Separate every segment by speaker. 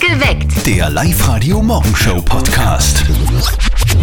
Speaker 1: Geweckt.
Speaker 2: Der Live-Radio-Morgenshow-Podcast.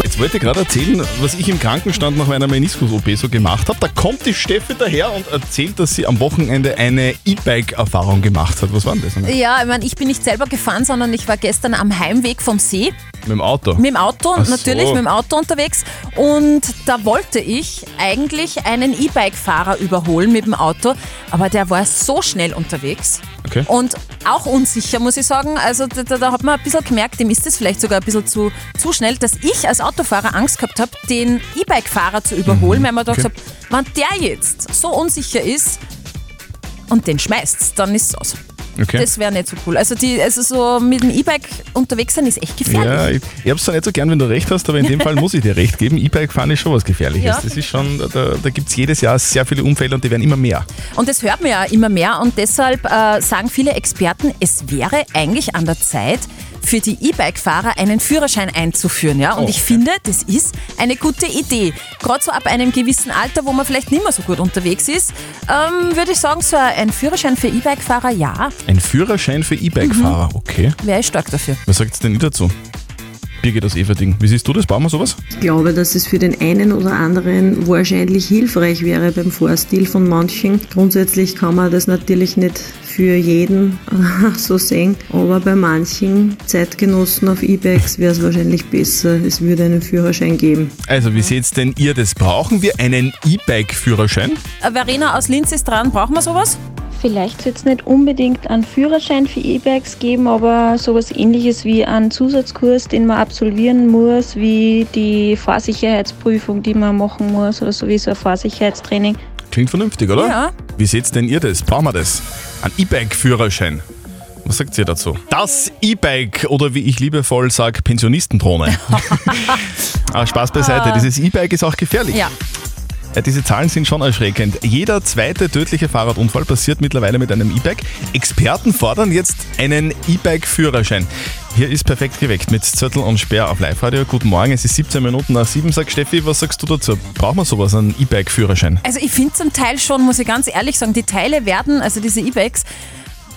Speaker 3: Jetzt wollte ich gerade erzählen, was ich im Krankenstand nach meiner Meniskus-OP so gemacht habe. Da kommt die Steffi daher und erzählt, dass sie am Wochenende eine E-Bike-Erfahrung gemacht hat. Was war denn das? Mit
Speaker 4: Ja, ich meine, ich bin nicht selber gefahren, sondern ich war gestern am Heimweg vom See
Speaker 3: dem Auto?
Speaker 4: mit dem Auto,
Speaker 3: Ach so.
Speaker 4: natürlich mit dem Auto unterwegs. Und da wollte ich eigentlich einen E-Bike-Fahrer überholen mit dem Auto, aber der war so schnell unterwegs.
Speaker 3: Okay.
Speaker 4: Und auch unsicher, muss ich sagen. Also da, da, da hat man ein bisschen gemerkt, dem ist es vielleicht sogar ein bisschen zu, zu schnell, dass ich als Autofahrer Angst gehabt habe, den E-Bike-Fahrer zu überholen, weil man gedacht
Speaker 3: Mhm. Okay.
Speaker 4: hab, wenn der jetzt so unsicher ist und den schmeißt, dann ist es aus.
Speaker 3: Okay.
Speaker 4: Das wäre nicht so cool. Also, die, also so mit dem E-Bike unterwegs sein ist echt
Speaker 3: Ja,
Speaker 4: gefährlich.
Speaker 3: ich, ich hab's zwar nicht so gern, wenn du recht hast, aber in dem Fall muss ich dir recht geben. E-Bike fahren ist schon was Gefährliches.
Speaker 4: Ja,
Speaker 3: das
Speaker 4: finde
Speaker 3: ist schon, da, da gibt's jedes Jahr sehr viele Unfälle und die werden immer mehr.
Speaker 4: Und das hört man ja immer mehr und deshalb äh, sagen viele Experten, es wäre eigentlich an der Zeit, für die E-Bike-Fahrer einen Führerschein einzuführen. Ja? Und
Speaker 3: Oh,
Speaker 4: ich
Speaker 3: okay.
Speaker 4: finde, das ist eine gute Idee. Gerade so ab einem gewissen Alter, wo man vielleicht nicht mehr so gut unterwegs ist, ähm, würde ich sagen, so ein Führerschein für E-Bike-Fahrer, ja,
Speaker 3: Ein Führerschein für
Speaker 4: Mhm.
Speaker 3: E-Bike-Fahrer, okay.
Speaker 4: wäre ich stark dafür.
Speaker 3: Was sagt's denn ihr dazu? Birgit aus Everding. Wie siehst du das? Bauen wir sowas?
Speaker 5: Ich glaube, dass es für den einen oder anderen wahrscheinlich hilfreich wäre beim Fahrstil von manchen. Grundsätzlich kann man das natürlich nicht für jeden äh, so sehen, aber bei manchen Zeitgenossen auf E-Bikes wäre es wahrscheinlich besser, es würde einen Führerschein geben.
Speaker 3: Also, wie seht's denn ihr das? Brauchen wir einen E-Bike-Führerschein?
Speaker 4: Äh, Verena aus Linz ist dran, brauchen wir sowas?
Speaker 6: Vielleicht jetzt nicht unbedingt einen Führerschein für E-Bikes geben, aber sowas ähnliches wie einen Zusatzkurs, den man absolvieren muss, wie die Fahrsicherheitsprüfung, die man machen muss oder sowieso ein Fahrsicherheitstraining.
Speaker 3: Klingt vernünftig, oder?
Speaker 4: Ja.
Speaker 3: Wie seht's denn ihr das? Brauchen wir das? Ein E-Bike-Führerschein. Was sagt ihr dazu? Das E-Bike oder wie ich liebevoll sage, Pensionistendrohne. Aber Spaß beiseite, dieses E-Bike ist auch gefährlich.
Speaker 4: Ja.
Speaker 3: Ja, diese Zahlen sind schon erschreckend. Jeder zweite tödliche Fahrradunfall passiert mittlerweile mit einem E-Bike. Experten fordern jetzt einen E-Bike-Führerschein. Hier ist perfekt geweckt mit Zettel und Sperr auf Live-Radio. Guten Morgen, es ist 17 Minuten nach 7. Sag Steffi, was sagst du dazu? Braucht man sowas, einen E-Bike-Führerschein?
Speaker 4: Also ich finde zum Teil schon, muss ich ganz ehrlich sagen, die Teile werden, also diese E-Bikes,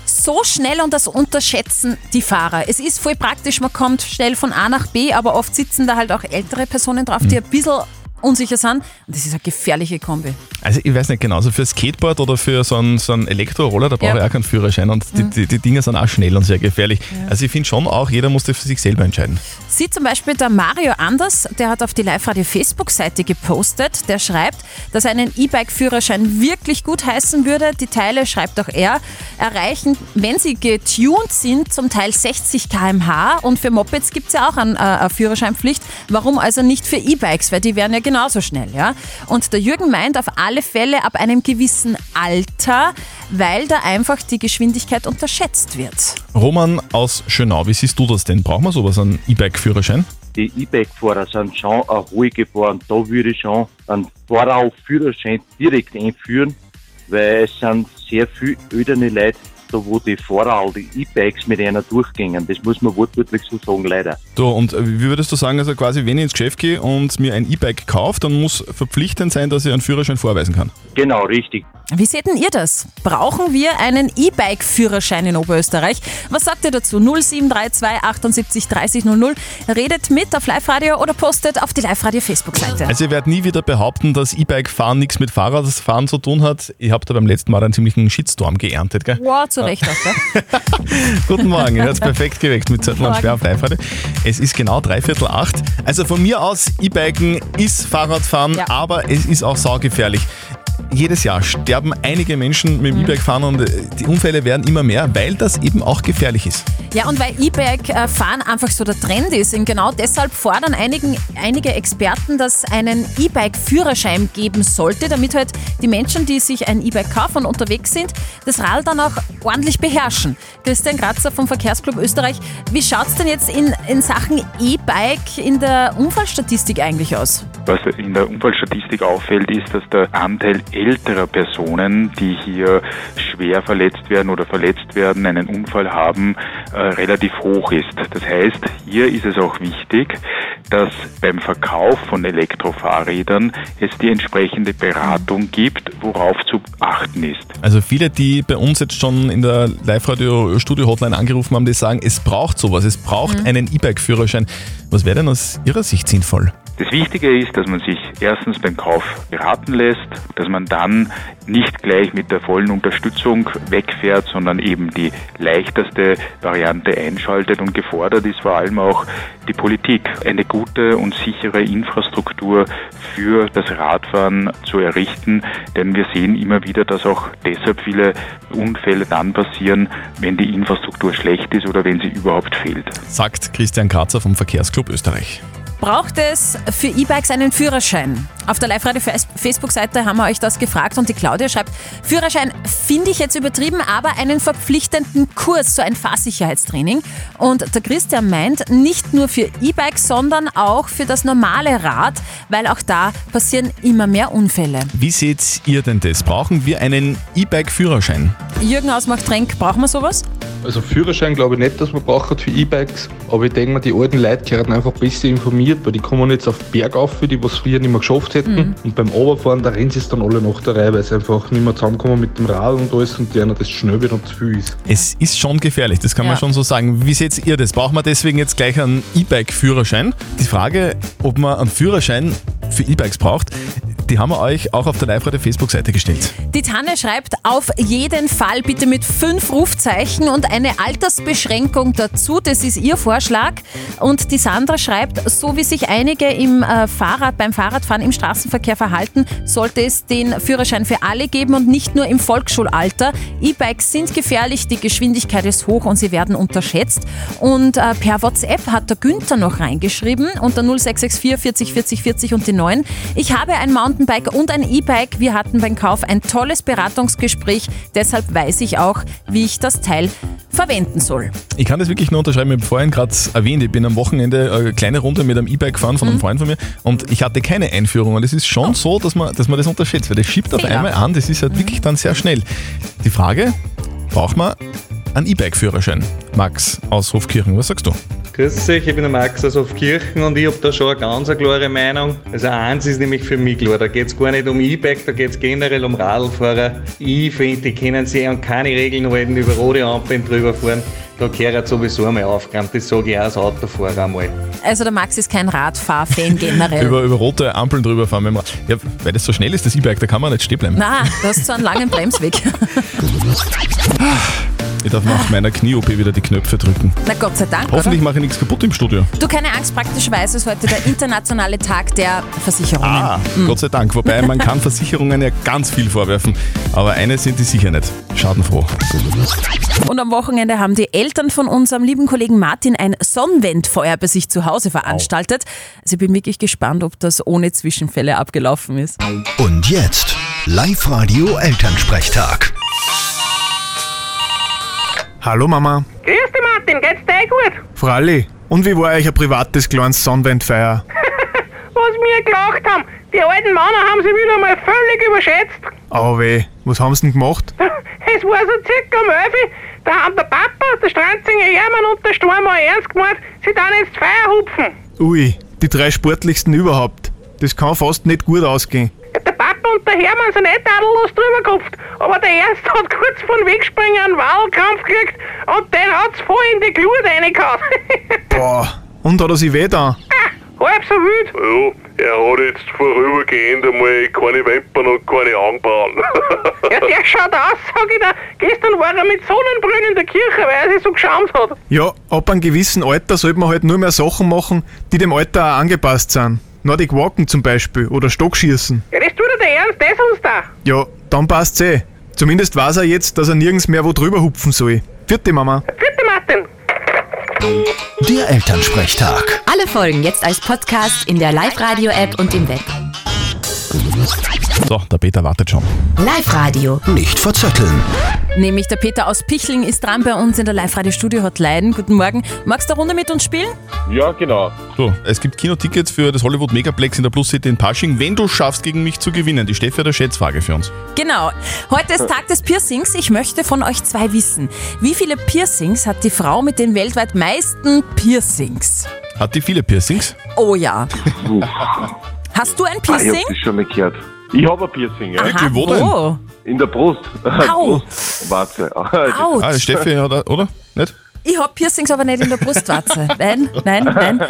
Speaker 4: so schnell und das unterschätzen die Fahrer. Es ist voll praktisch, man kommt schnell von A nach B, aber oft sitzen da halt auch ältere Personen drauf, die ein bisschen unsicher sind. Und das ist eine gefährliche Kombi.
Speaker 3: Also ich weiß nicht genau, also für Skateboard oder für so einen, so einen Elektroroller, da brauche
Speaker 4: Ja.
Speaker 3: ich auch keinen Führerschein und die, die, die Dinger sind auch schnell und sehr gefährlich. Also ich finde schon auch, jeder muss das für sich selber entscheiden.
Speaker 4: Sie zum Beispiel, der Mario Anders, der hat auf die Live-Radio-Facebook-Seite gepostet, der schreibt, dass einen E-Bike-Führerschein wirklich gut heißen würde. Die Teile, schreibt auch er, erreichen, wenn sie getuned sind, zum Teil 60 km/h. Und für Mopeds gibt es ja auch einen, äh, eine Führerscheinpflicht. Warum also nicht für E-Bikes? Weil die wären ja genauso schnell. ja. Und der Jürgen meint auf alle Fälle ab einem gewissen Alter, weil da einfach die Geschwindigkeit unterschätzt wird.
Speaker 3: Roman aus Schönau, wie siehst du das denn? Braucht man sowas, einen E-Bike-Führerschein?
Speaker 7: die E-Bike-Fahrer sind schon eine hohe Gefahr und da würde ich schon einen Fahrer auf Führerschein direkt einführen, weil es sind sehr viele öderne Leute, da wo die Fahrer all die E-Bikes mit einer durchgängen. Das muss man wortwörtlich so sagen, leider.
Speaker 3: Du, und äh, wie würdest du sagen, also quasi, wenn ich ins Geschäft gehe und mir ein E-Bike kaufe, dann muss verpflichtend sein, dass ich einen Führerschein vorweisen kann.
Speaker 7: Genau, richtig.
Speaker 4: Wie seht denn ihr das? Brauchen wir einen E-Bike-Führerschein in Oberösterreich? Was sagt ihr dazu? 0732 78 30 00. Redet mit auf Live-Radio oder postet auf die Live-Radio-Facebook-Seite.
Speaker 3: Also, ihr werdet nie wieder behaupten, dass E-Bike-Fahren nichts mit Fahrradfahren zu tun hat. Ich habe da beim letzten Mal einen ziemlichen Shitstorm geerntet, gell?
Speaker 4: Wow, zu Recht auch, gell?
Speaker 3: Guten Morgen, ihr habt perfekt geweckt mit Zettel und
Speaker 4: Morgen.
Speaker 3: Sperr auf live heute. Es ist genau dreiviertel acht. Also von mir aus, E-Biken ist Fahrradfahren,
Speaker 4: Ja.
Speaker 3: aber es ist auch saugefährlich. Jedes Jahr sterben einige Menschen mit dem
Speaker 4: Mhm.
Speaker 3: E-Bike fahren und äh, die Unfälle werden immer mehr, weil das eben auch gefährlich ist.
Speaker 4: Ja, und weil E-Bike-Fahren einfach so der Trend ist und genau deshalb fordern einigen, einige Experten, dass einen E-Bike-Führerschein geben sollte, damit halt die Menschen, die sich ein E-Bike kaufen und unterwegs sind, das Rad dann auch ordentlich beherrschen. Christian Kratzer vom Verkehrsclub Österreich, wie schaut's denn jetzt in, in Sachen E-Bike in der Unfallstatistik eigentlich aus?
Speaker 1: Was in der Unfallstatistik auffällt, ist, dass der Anteil älterer Personen, die hier schwer verletzt werden oder verletzt werden, einen Unfall haben, äh, relativ hoch ist. Das heißt, hier ist es auch wichtig, dass beim Verkauf von Elektrofahrrädern es die entsprechende Beratung gibt, worauf zu achten ist.
Speaker 3: Also viele, die bei uns jetzt schon in der Live-Radio-Studio-Hotline angerufen haben, die sagen, es braucht sowas, es braucht
Speaker 4: Mhm.
Speaker 3: einen E-Bike-Führerschein. Was wäre denn aus Ihrer Sicht sinnvoll?
Speaker 1: Das Wichtige ist, dass man sich erstens beim Kauf beraten lässt, dass man dann nicht gleich mit der vollen Unterstützung wegfährt, sondern eben die leichteste Variante einschaltet und gefordert ist vor allem auch die Politik, eine gute und sichere Infrastruktur für das Radfahren zu errichten, denn wir sehen immer wieder, dass auch deshalb viele Unfälle dann passieren, wenn die Infrastruktur schlecht ist oder wenn sie überhaupt fehlt.
Speaker 3: Sagt Christian Karzer vom Verkehrsclub Österreich.
Speaker 4: Braucht es für E-Bikes einen Führerschein? Auf der Live-Radio-Facebook-Seite haben wir euch das gefragt und die Claudia schreibt, Führerschein finde ich jetzt übertrieben, aber einen verpflichtenden Kurs, so ein Fahrsicherheitstraining. Und der Christian meint, nicht nur für E-Bikes, sondern auch für das normale Rad, weil auch da passieren immer mehr Unfälle.
Speaker 3: Wie seht ihr denn das? Brauchen wir einen E-Bike-Führerschein?
Speaker 4: Jürgen aus Machtrenk, brauchen wir sowas?
Speaker 2: Also Führerschein glaube ich nicht, dass man braucht für E-Bikes, aber ich denke mir, die alten Leute gehören einfach besser informiert, weil die kommen jetzt auf den Berg auf, die was früher nicht mehr geschafft hätten.
Speaker 8: Mhm.
Speaker 2: Und beim Oberfahren, da rennen sie es dann alle nach der Reihe, weil sie einfach nicht mehr zusammenkommen mit dem Rad und alles und denen das schnell wird und zu viel ist.
Speaker 3: Es ist schon gefährlich, das kann man
Speaker 4: Ja.
Speaker 3: schon so sagen. Wie seht ihr das? Braucht man deswegen jetzt gleich einen E-Bike-Führerschein? Die Frage, ob man einen Führerschein für E-Bikes braucht, die haben wir euch auch auf der Live-Radio-Facebook-Seite gestellt.
Speaker 4: Die Tanne schreibt, auf jeden Fall bitte mit fünf Rufzeichen und eine Altersbeschränkung dazu. Das ist ihr Vorschlag. Und die Sandra schreibt, so wie sich einige im äh, Fahrrad, beim Fahrradfahren im Straßenverkehr verhalten, sollte es den Führerschein für alle geben und nicht nur im Volksschulalter. E-Bikes sind gefährlich, die Geschwindigkeit ist hoch und sie werden unterschätzt. Und äh, per WhatsApp hat der Günther noch reingeschrieben unter 0664 40 40 40 und die 9. Ich habe ein Mountainbike und ein E-Bike. Wir hatten beim Kauf ein tolles Beratungsgespräch. Deshalb weiß ich auch, wie ich das Teil verwenden soll.
Speaker 3: Ich kann das wirklich nur unterschreiben, ich habe vorhin gerade erwähnt, ich bin am Wochenende eine kleine Runde mit einem E-Bike gefahren von einem Freund von mir und ich hatte keine Einführung und es ist schon so, dass man, dass man das unterschätzt, weil das schiebt auf
Speaker 4: Fehler.
Speaker 3: einmal an, das ist halt wirklich dann sehr schnell. Die Frage, braucht man einen E-Bike-Führerschein? Max aus Hofkirchen, was sagst du?
Speaker 9: Grüß euch, ich bin der Max aus Hofkirchen und ich habe da schon eine ganz eine klare Meinung. Also eins ist nämlich für mich klar, da geht es gar nicht um E-Bike, da geht es generell um Radlfahrer. Ich finde, die können sich an keine Regeln halten, über rote Ampeln drüber fahren. Da gehört sowieso einmal Aufgaben, das sage ich auch als Autofahrer einmal.
Speaker 4: Also der Max ist kein Radfahrfan generell.
Speaker 3: Über, über rote Ampeln drüber fahren. Wenn man, ja, weil das so schnell ist, das E-Bike, da kann man nicht stehen bleiben.
Speaker 4: Na, du hast so einen langen Bremsweg.
Speaker 3: Ich darf nach meiner Knie-OP wieder die Knöpfe drücken.
Speaker 4: Na Gott sei Dank, oder?
Speaker 3: Hoffentlich mache ich nichts kaputt im Studio.
Speaker 4: Du, keine Angst, praktischerweise ist heute der internationale Tag der Versicherungen.
Speaker 3: Ah, Gott sei Dank. Wobei man kann Versicherungen ja ganz viel vorwerfen. Aber eine sind die sicher nicht. Schadenfroh.
Speaker 4: Und am Wochenende haben die Eltern von unserem lieben Kollegen Martin ein Sonnenwendfeuer bei sich zu Hause veranstaltet. Also ich bin wirklich gespannt, ob das ohne Zwischenfälle abgelaufen ist.
Speaker 10: Und jetzt Live-Radio Elternsprechtag.
Speaker 11: Hallo Mama.
Speaker 12: Grüß dich, Martin, geht's dir eh gut?
Speaker 11: Fralli, und wie war euch ein privates kleines Sonnenwendfeier?
Speaker 12: Was wir gelacht haben, die alten Männer haben sich wieder mal völlig überschätzt.
Speaker 11: Oh weh, was haben sie denn gemacht?
Speaker 12: Es war so circa um 11 Uhr, da haben der Papa, der Stranzinger Hermann und der Stormer ernst gemeint, sie dann ins Feuer hupfen.
Speaker 11: Ui, die drei sportlichsten überhaupt. Das kann fast nicht gut ausgehen.
Speaker 12: Der Papa und der Hermann sind nicht tadellos drüber gehupft, aber der Ernst hat kurz von Wegspringen einen Wahlkampf gekriegt und den hat's voll in die Glut reingehauen.
Speaker 11: Boah, und hat er sich weh da?
Speaker 12: Halb so wild.
Speaker 9: Ja, er hat jetzt vorübergehend einmal keine Wimpern und keine Augenbrauen.
Speaker 12: Ja, der schaut aus, sag ich dir. Gestern war er mit Sonnenbrünnen in der Kirche, weil er sich so geschämt hat.
Speaker 11: Ja, ab einem gewissen Alter sollte man halt nur mehr Sachen machen, die dem Alter auch angepasst sind. Nordic Walken zum Beispiel oder Stockschießen.
Speaker 12: Ja, das tut er der Ernst, das uns da.
Speaker 11: Ja, dann passt's eh. Zumindest weiß er jetzt, dass er nirgends mehr wo drüber hupfen soll. Vierte Mama.
Speaker 12: Bitte, Martin.
Speaker 10: Der Elternsprechtag.
Speaker 13: Alle Folgen jetzt als Podcast in der Live-Radio-App und im Web.
Speaker 3: So, der Peter wartet schon.
Speaker 4: Live-Radio.
Speaker 10: Nicht verzetteln.
Speaker 4: Nämlich der Peter aus Pichling ist dran bei uns in der Live-Radio-Studio Hotline. Guten Morgen. Magst du eine Runde mit uns spielen?
Speaker 3: Ja, genau. So, es gibt Kinotickets für das Hollywood Megaplex in der Plus City in Pasching, wenn du schaffst, gegen mich zu gewinnen. Die Steffi hat eine Schätzfrage für uns.
Speaker 4: Genau. Heute ist Tag des Piercings. Ich möchte von euch zwei wissen, wie viele Piercings hat die Frau mit den weltweit meisten Piercings?
Speaker 3: Hat die viele Piercings?
Speaker 4: Oh ja. Hast du ein
Speaker 13: Ah, ich
Speaker 4: Piercing?
Speaker 13: hab das schon mal gehört. Ich habe ein Piercing, ja.
Speaker 4: Aha,
Speaker 3: Äh,
Speaker 4: Wirklich, wo denn? wo?
Speaker 13: In der Brust.
Speaker 4: Au.
Speaker 13: Brust. Warte.
Speaker 4: Autsch. Ah, Steffi
Speaker 3: oder? oder? Nicht?
Speaker 4: Ich habe Piercings, aber nicht in der Brustwarze. nein, nein, nein.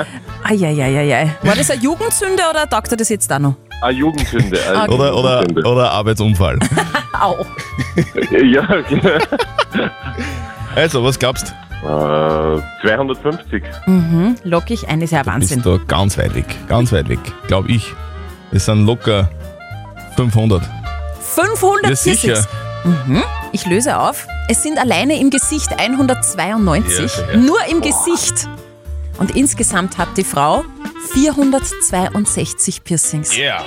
Speaker 4: Eieieiei. War das eine Jugendsünde oder taugt dir das jetzt auch noch?
Speaker 13: Eine Jugendsünde. eine
Speaker 4: Okay.
Speaker 3: Oder, oder,
Speaker 13: Jugendsünde.
Speaker 3: oder Arbeitsunfall.
Speaker 4: Au.
Speaker 13: Ja, genau.
Speaker 3: Also, was glaubst
Speaker 13: du? 250.
Speaker 4: Mhm, lockig ein, ist ja ein Wahnsinn.
Speaker 3: Ist da ganz weit weg. Ganz weit weg, glaube ich. Es sind locker 500.
Speaker 4: 500
Speaker 3: Ja,
Speaker 4: Piercings.
Speaker 3: sicher.
Speaker 4: Mhm. Ich löse auf. Es sind alleine im Gesicht 192.
Speaker 3: Ja, ja.
Speaker 4: Nur im Gesicht. Und insgesamt hat die Frau 462 Piercings.
Speaker 3: Yeah.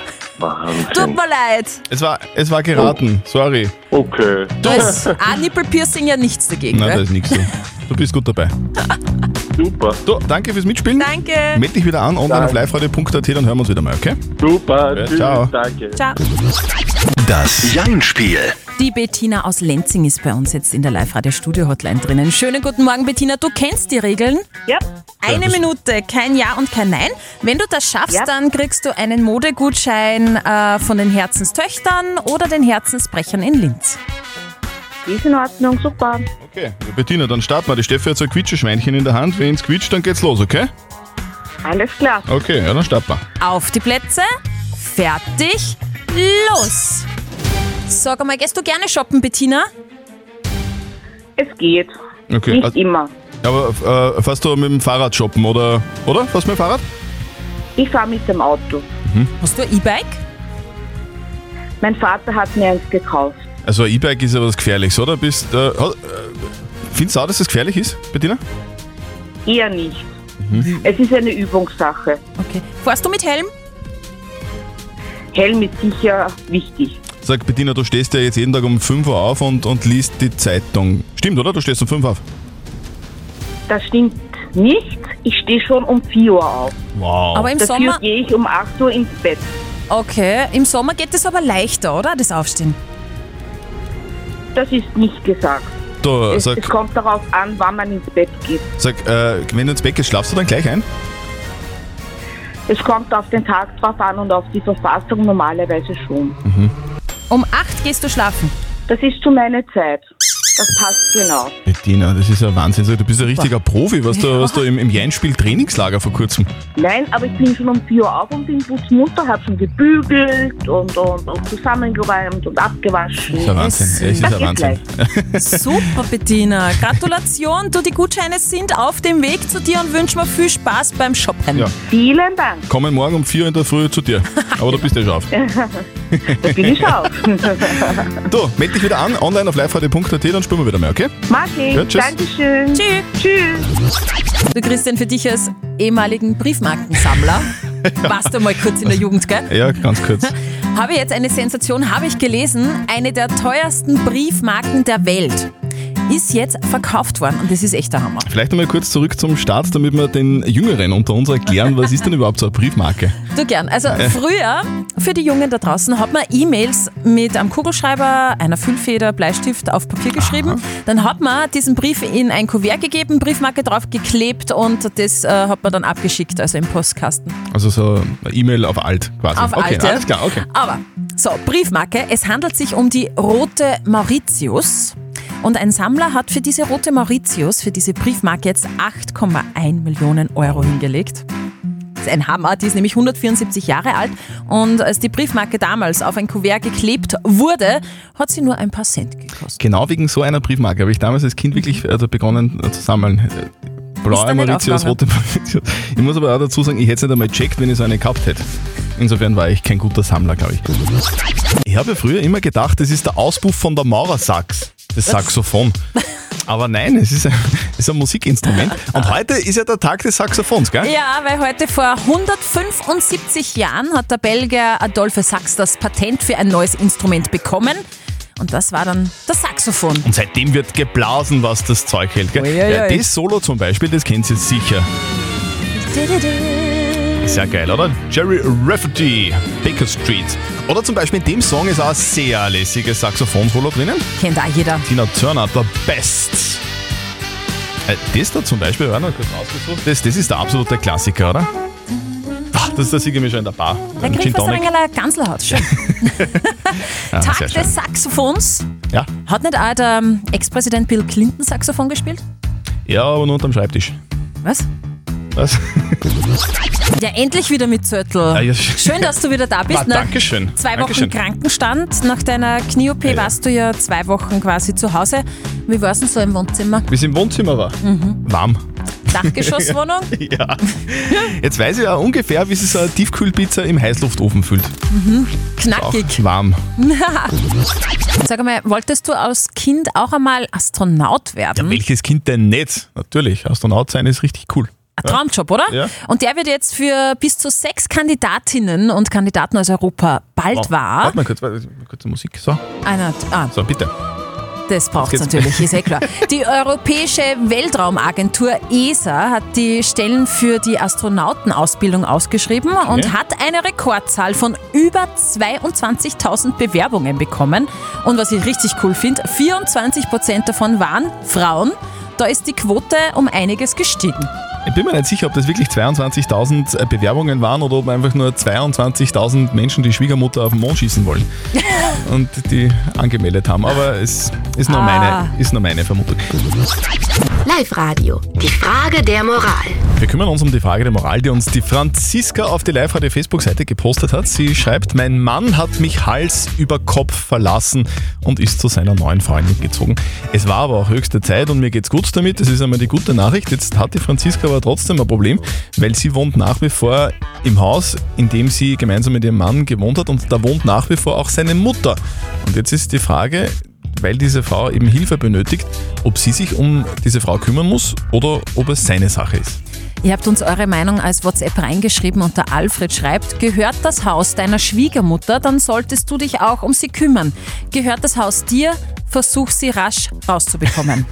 Speaker 4: Tut mir leid.
Speaker 3: Es war, es war geraten,
Speaker 4: Oh.
Speaker 3: sorry.
Speaker 13: Okay.
Speaker 4: Da ist ein Nippelpiercing ja nichts dagegen.
Speaker 3: Nein, da
Speaker 4: gell?
Speaker 3: ist nichts. Du bist gut dabei.
Speaker 13: Super.
Speaker 3: So, danke fürs Mitspielen.
Speaker 4: Danke.
Speaker 3: Meld dich wieder an online auf liveradio.at, dann hören wir uns wieder mal, okay?
Speaker 13: Super,
Speaker 3: Ja,
Speaker 13: tschüss,
Speaker 3: ciao.
Speaker 13: danke.
Speaker 4: Ciao.
Speaker 10: Das Jein-Spiel.
Speaker 4: Die Bettina aus Lenzing ist bei uns jetzt in der Live-Radio-Studio-Hotline drinnen. Schönen guten Morgen, Bettina. Du kennst die Regeln?
Speaker 8: Ja.
Speaker 4: Eine
Speaker 8: Servus.
Speaker 4: Minute, kein Ja und kein Nein. Wenn du das schaffst,
Speaker 8: Ja.
Speaker 4: dann kriegst du einen Modegutschein äh, von den Herzenstöchtern oder den Herzensbrechern in Linz.
Speaker 8: Ist in Ordnung, super.
Speaker 3: Okay. Ja, Bettina, dann starten wir. Die Steffi hat so ein Quietscheschweinchen in der Hand. Wenn es quietscht, dann geht's los, okay?
Speaker 8: Alles klar.
Speaker 3: Okay, ja, dann starten wir.
Speaker 4: Auf die Plätze, fertig, los! Sag einmal, gehst du gerne shoppen, Bettina?
Speaker 8: Es geht.
Speaker 3: Okay,
Speaker 8: Nicht
Speaker 3: also-
Speaker 8: immer.
Speaker 3: Aber äh, fährst du mit dem Fahrrad shoppen, oder? Oder? Fährst du mit dem Fahrrad?
Speaker 8: Ich fahre mit dem Auto.
Speaker 4: Hast du ein E-Bike?
Speaker 8: Mein Vater hat mir eins gekauft.
Speaker 3: Also ein E-Bike ist ja was Gefährliches, oder? Bist, äh, ha- äh, findest du auch, dass das gefährlich ist, Bettina?
Speaker 8: Eher nicht. Es ist eine Übungssache.
Speaker 4: Okay. Fahrst du mit Helm?
Speaker 8: Helm ist sicher wichtig.
Speaker 3: Sag Bettina, du stehst ja jetzt jeden Tag um 5 Uhr auf und, und liest die Zeitung. Stimmt, oder? Du stehst um 5 Uhr auf.
Speaker 8: Das stimmt nicht. Ich stehe schon um 4 Uhr auf.
Speaker 3: Wow.
Speaker 4: Aber im
Speaker 8: Dafür
Speaker 4: Sommer-
Speaker 8: gehe ich um 8 Uhr ins Bett.
Speaker 4: Okay, im Sommer geht es aber leichter, oder? Das Aufstehen.
Speaker 8: Das ist nicht gesagt.
Speaker 3: Du,
Speaker 8: es,
Speaker 3: sag,
Speaker 8: es kommt darauf an, wann man ins Bett geht.
Speaker 3: sag äh, wenn du ins Bett gehst, schlafst du dann gleich ein?
Speaker 8: Es kommt auf den Tag drauf an und auf die Verfassung normalerweise schon.
Speaker 4: Um 8 gehst du schlafen?
Speaker 8: Das ist schon meine Zeit. Das passt genau.
Speaker 3: Bettina, das ist ja Wahnsinn. Sag, Du bist ein richtiger Profi. Warst du, warst du im, im Jeinspiel Trainingslager vor kurzem?
Speaker 8: Nein, aber ich bin schon um 4 Uhr auf und bin putzmunter, habe schon gebügelt und, und, und zusammengeräumt und abgewaschen.
Speaker 3: Das ist ja Wahnsinn. Ja, es ist ja
Speaker 8: Das
Speaker 3: Wahnsinn.
Speaker 4: Super, Bettina. Gratulation. Du, die Gutscheine sind auf dem Weg zu dir und wünschen mir viel Spaß beim Shoppen.
Speaker 3: Ja.
Speaker 8: Vielen Dank.
Speaker 3: Kommen morgen um 4 Uhr in der Früh zu dir. Aber du bist ja schon auf.
Speaker 8: da bin ich auf.
Speaker 3: Du, meld dich wieder an, online auf liveradio.at, dann spielen wir wieder mehr, okay?
Speaker 8: Mach ich.
Speaker 3: Ja, tschüss.
Speaker 8: Dankeschön.
Speaker 4: Tschüss.
Speaker 8: Tschüss.
Speaker 4: Du, Christian, für dich als ehemaligen Briefmarkensammler, warst du mal kurz in der Jugend, gell?
Speaker 3: Ja, ganz kurz.
Speaker 4: Habe jetzt eine Sensation, habe ich gelesen, eine der teuersten Briefmarken der Welt ist jetzt verkauft worden und das ist echt der Hammer.
Speaker 3: Vielleicht einmal kurz zurück zum Start, damit wir den Jüngeren unter uns erklären, was ist denn überhaupt so eine Briefmarke?
Speaker 4: Du gern. Also
Speaker 3: Äh.
Speaker 4: früher, für die Jungen da draußen, hat man E-Mails mit einem Kugelschreiber, einer Füllfeder, Bleistift auf Papier geschrieben. Dann hat man diesen Brief in ein Kuvert gegeben, Briefmarke drauf geklebt und das äh, hat man dann abgeschickt, also im Postkasten.
Speaker 3: Also so eine E-Mail auf alt quasi.
Speaker 4: Auf
Speaker 3: okay,
Speaker 4: alte.
Speaker 3: alles klar, okay.
Speaker 4: Aber, so, Briefmarke. Es handelt sich um die rote Mauritius. Und ein Sammler hat für diese rote Mauritius, für diese Briefmarke jetzt 8,1 Millionen Euro hingelegt. Das ist ein Hammer, die ist nämlich 174 Jahre alt. Und als die Briefmarke damals auf ein Kuvert geklebt wurde, hat sie nur ein paar Cent gekostet.
Speaker 3: Genau wegen so einer Briefmarke habe ich damals als Kind wirklich also begonnen äh, zu sammeln. Äh,
Speaker 4: Ist da
Speaker 3: Blaue
Speaker 4: nicht
Speaker 3: Mauritius,
Speaker 4: aufgegangen?
Speaker 3: rote Mauritius. Ich muss aber auch dazu sagen, ich hätte es nicht einmal gecheckt, wenn ich so eine gehabt hätte. Insofern war ich kein guter Sammler, glaube ich. Ich habe früher immer gedacht, das ist der Auspuff von der Maurersax. das Saxophon. Aber nein, es ist ein, es ist ein Musikinstrument. Und heute ist ja der Tag des Saxophons, gell?
Speaker 4: Ja, weil heute vor 175 Jahren hat der Belgier Adolphe Sachs das Patent für ein neues Instrument bekommen. Und das war dann das Saxophon.
Speaker 3: Und seitdem wird geblasen, was das Zeug hält. Gell?
Speaker 4: Uiuiui.
Speaker 3: Oh, Ja, das Solo zum Beispiel, das kennt ihr sicher. Sehr geil, oder? Jerry Rafferty, Baker Street. Oder zum Beispiel in dem Song ist auch ein sehr lässiges Saxophon-Solo drinnen.
Speaker 4: Kennt auch jeder.
Speaker 3: Tina Turner, The Best. Äh, das da zum Beispiel, warte mal kurz ausgesucht. Das, das ist der absolute Klassiker, oder? Ah, Das, das sehe ich mir schon in der Bar.
Speaker 4: Da
Speaker 3: Ein
Speaker 4: kriegt
Speaker 3: Gin
Speaker 4: fast ein
Speaker 3: Tonic.
Speaker 4: wenig eine Ganselhaut. Schön.
Speaker 3: Ah,
Speaker 4: Tag
Speaker 3: sehr schön.
Speaker 4: des Saxophons.
Speaker 3: Ja.
Speaker 4: Hat nicht auch der ähm, Ex-Präsident Bill Clinton Saxophon gespielt?
Speaker 3: ja, aber nur unterm Schreibtisch.
Speaker 4: Was?
Speaker 3: Was?
Speaker 4: Ja, endlich wieder mit Zörtl.
Speaker 3: Ah, ja.
Speaker 4: Schön, dass du wieder da bist.
Speaker 3: Ah,
Speaker 4: ne?
Speaker 3: Dankeschön.
Speaker 4: Zwei Wochen
Speaker 3: Dankeschön.
Speaker 4: Krankenstand. Nach deiner Knie-OP warst du ja zwei Wochen quasi zu Hause. Wie war es denn so im Wohnzimmer?
Speaker 3: Wie es im Wohnzimmer war.
Speaker 4: Mhm.
Speaker 3: Warm.
Speaker 4: Dachgeschosswohnung?
Speaker 3: ja. Jetzt weiß ich ja ungefähr, wie sich so eine Tiefkühlpizza im Heißluftofen fühlt.
Speaker 4: Mhm.
Speaker 3: Auch
Speaker 4: Knackig.
Speaker 3: warm.
Speaker 4: Sag mal, wolltest du als Kind auch einmal Astronaut werden?
Speaker 3: Welches Kind denn nicht? Natürlich, Astronaut sein ist richtig cool.
Speaker 4: Ein Traumjob, oder?
Speaker 3: Ja.
Speaker 4: Und der wird jetzt für bis zu sechs Kandidatinnen und Kandidaten aus Europa bald
Speaker 3: Wow.
Speaker 4: wahr.
Speaker 3: Warte mal kurz, warte, kurze Musik. So,
Speaker 4: Einer, ah,
Speaker 3: so bitte.
Speaker 4: Das braucht es
Speaker 3: geht's.
Speaker 4: natürlich, ist eh klar. Die Europäische Weltraumagentur ESA hat die Stellen für die Astronautenausbildung ausgeschrieben und hat eine Rekordzahl von über 22.000 Bewerbungen bekommen. Und was ich richtig cool finde, 24% davon waren Frauen. Da ist die Quote um einiges gestiegen.
Speaker 3: Ich bin mir nicht sicher, ob das wirklich 22.000 Bewerbungen waren oder ob einfach nur 22.000 Menschen die Schwiegermutter auf den Mond schießen wollen und die angemeldet haben. Aber es ist nur,
Speaker 14: Ah.
Speaker 3: meine, ist nur meine Vermutung.
Speaker 14: Live-Radio. Die Frage der Moral.
Speaker 3: Wir kümmern uns um die Frage der Moral, die uns die Franziska auf die Live-Radio Facebook-Seite gepostet hat. Sie schreibt, mein Mann hat mich Hals über Kopf verlassen und ist zu seiner neuen Freundin gezogen. Es war aber auch höchste Zeit und mir geht's gut damit. Das ist einmal die gute Nachricht. Jetzt hat die Franziska aber trotzdem ein Problem, weil sie wohnt nach wie vor im Haus, in dem sie gemeinsam mit ihrem Mann gewohnt hat und da wohnt nach wie vor auch seine Mutter. Und jetzt ist die Frage, weil diese Frau eben Hilfe benötigt, ob sie sich um diese Frau kümmern muss oder ob es seine Sache ist.
Speaker 4: Ihr habt uns eure Meinung als WhatsApp reingeschrieben und der Alfred schreibt, gehört das Haus deiner Schwiegermutter, dann solltest du dich auch um sie kümmern. Gehört das Haus dir, versuch sie rasch rauszubekommen.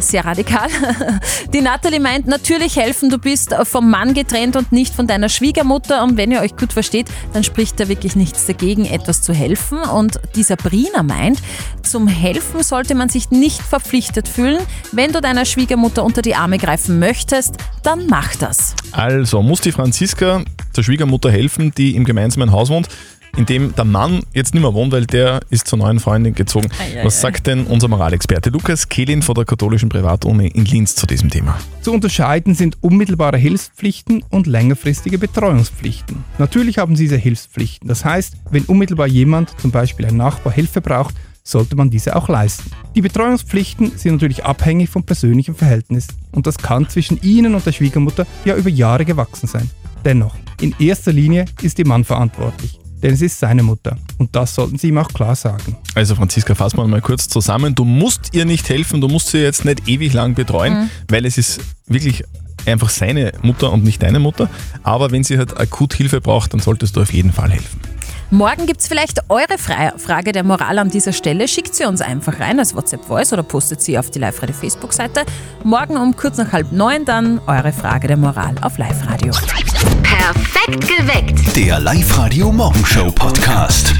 Speaker 4: Sehr radikal. Die Natalie meint, natürlich helfen, du bist vom Mann getrennt und nicht von deiner Schwiegermutter. Und wenn ihr euch gut versteht, dann spricht da wirklich nichts dagegen, etwas zu helfen. Und die Sabrina meint, zum Helfen sollte man sich nicht verpflichtet fühlen. Wenn du deiner Schwiegermutter unter die Arme greifen möchtest, dann mach das.
Speaker 3: Also muss die Franziska der Schwiegermutter helfen, die im gemeinsamen Haus wohnt, in dem der Mann jetzt nicht mehr wohnt, weil der ist zur neuen Freundin gezogen.
Speaker 15: Ei, ei,
Speaker 3: Was
Speaker 15: ei.
Speaker 3: sagt denn unser Moralexperte Lukas Kehlin von der katholischen Privatuni in Linz zu diesem Thema?
Speaker 15: Zu unterscheiden sind unmittelbare Hilfspflichten und längerfristige Betreuungspflichten. Natürlich haben sie diese Hilfspflichten. Das heißt, wenn unmittelbar jemand, zum Beispiel ein Nachbar, Hilfe braucht, sollte man diese auch leisten. Die Betreuungspflichten sind natürlich abhängig vom persönlichen Verhältnis und das kann zwischen Ihnen und der Schwiegermutter ja über Jahre gewachsen sein. Dennoch, in erster Linie ist Ihr Mann verantwortlich, denn es ist seine Mutter und das sollten Sie ihm auch klar sagen.
Speaker 3: Also Franziska, fass mal mal kurz zusammen. Du musst ihr nicht helfen, du musst sie jetzt nicht ewig lang betreuen,
Speaker 15: Mhm.
Speaker 3: weil es ist wirklich einfach seine Mutter und nicht deine Mutter. Aber wenn sie halt akut Hilfe braucht, dann solltest du auf jeden Fall helfen.
Speaker 4: Morgen gibt es vielleicht eure Fre- Frage der Moral an dieser Stelle. Schickt sie uns einfach rein als WhatsApp-Voice oder postet sie auf die Live-Radio-Facebook-Seite. Morgen um kurz nach halb neun dann eure Frage der Moral auf Live-Radio.
Speaker 14: Perfekt geweckt.
Speaker 10: Der Live-Radio Morgenshow Podcast.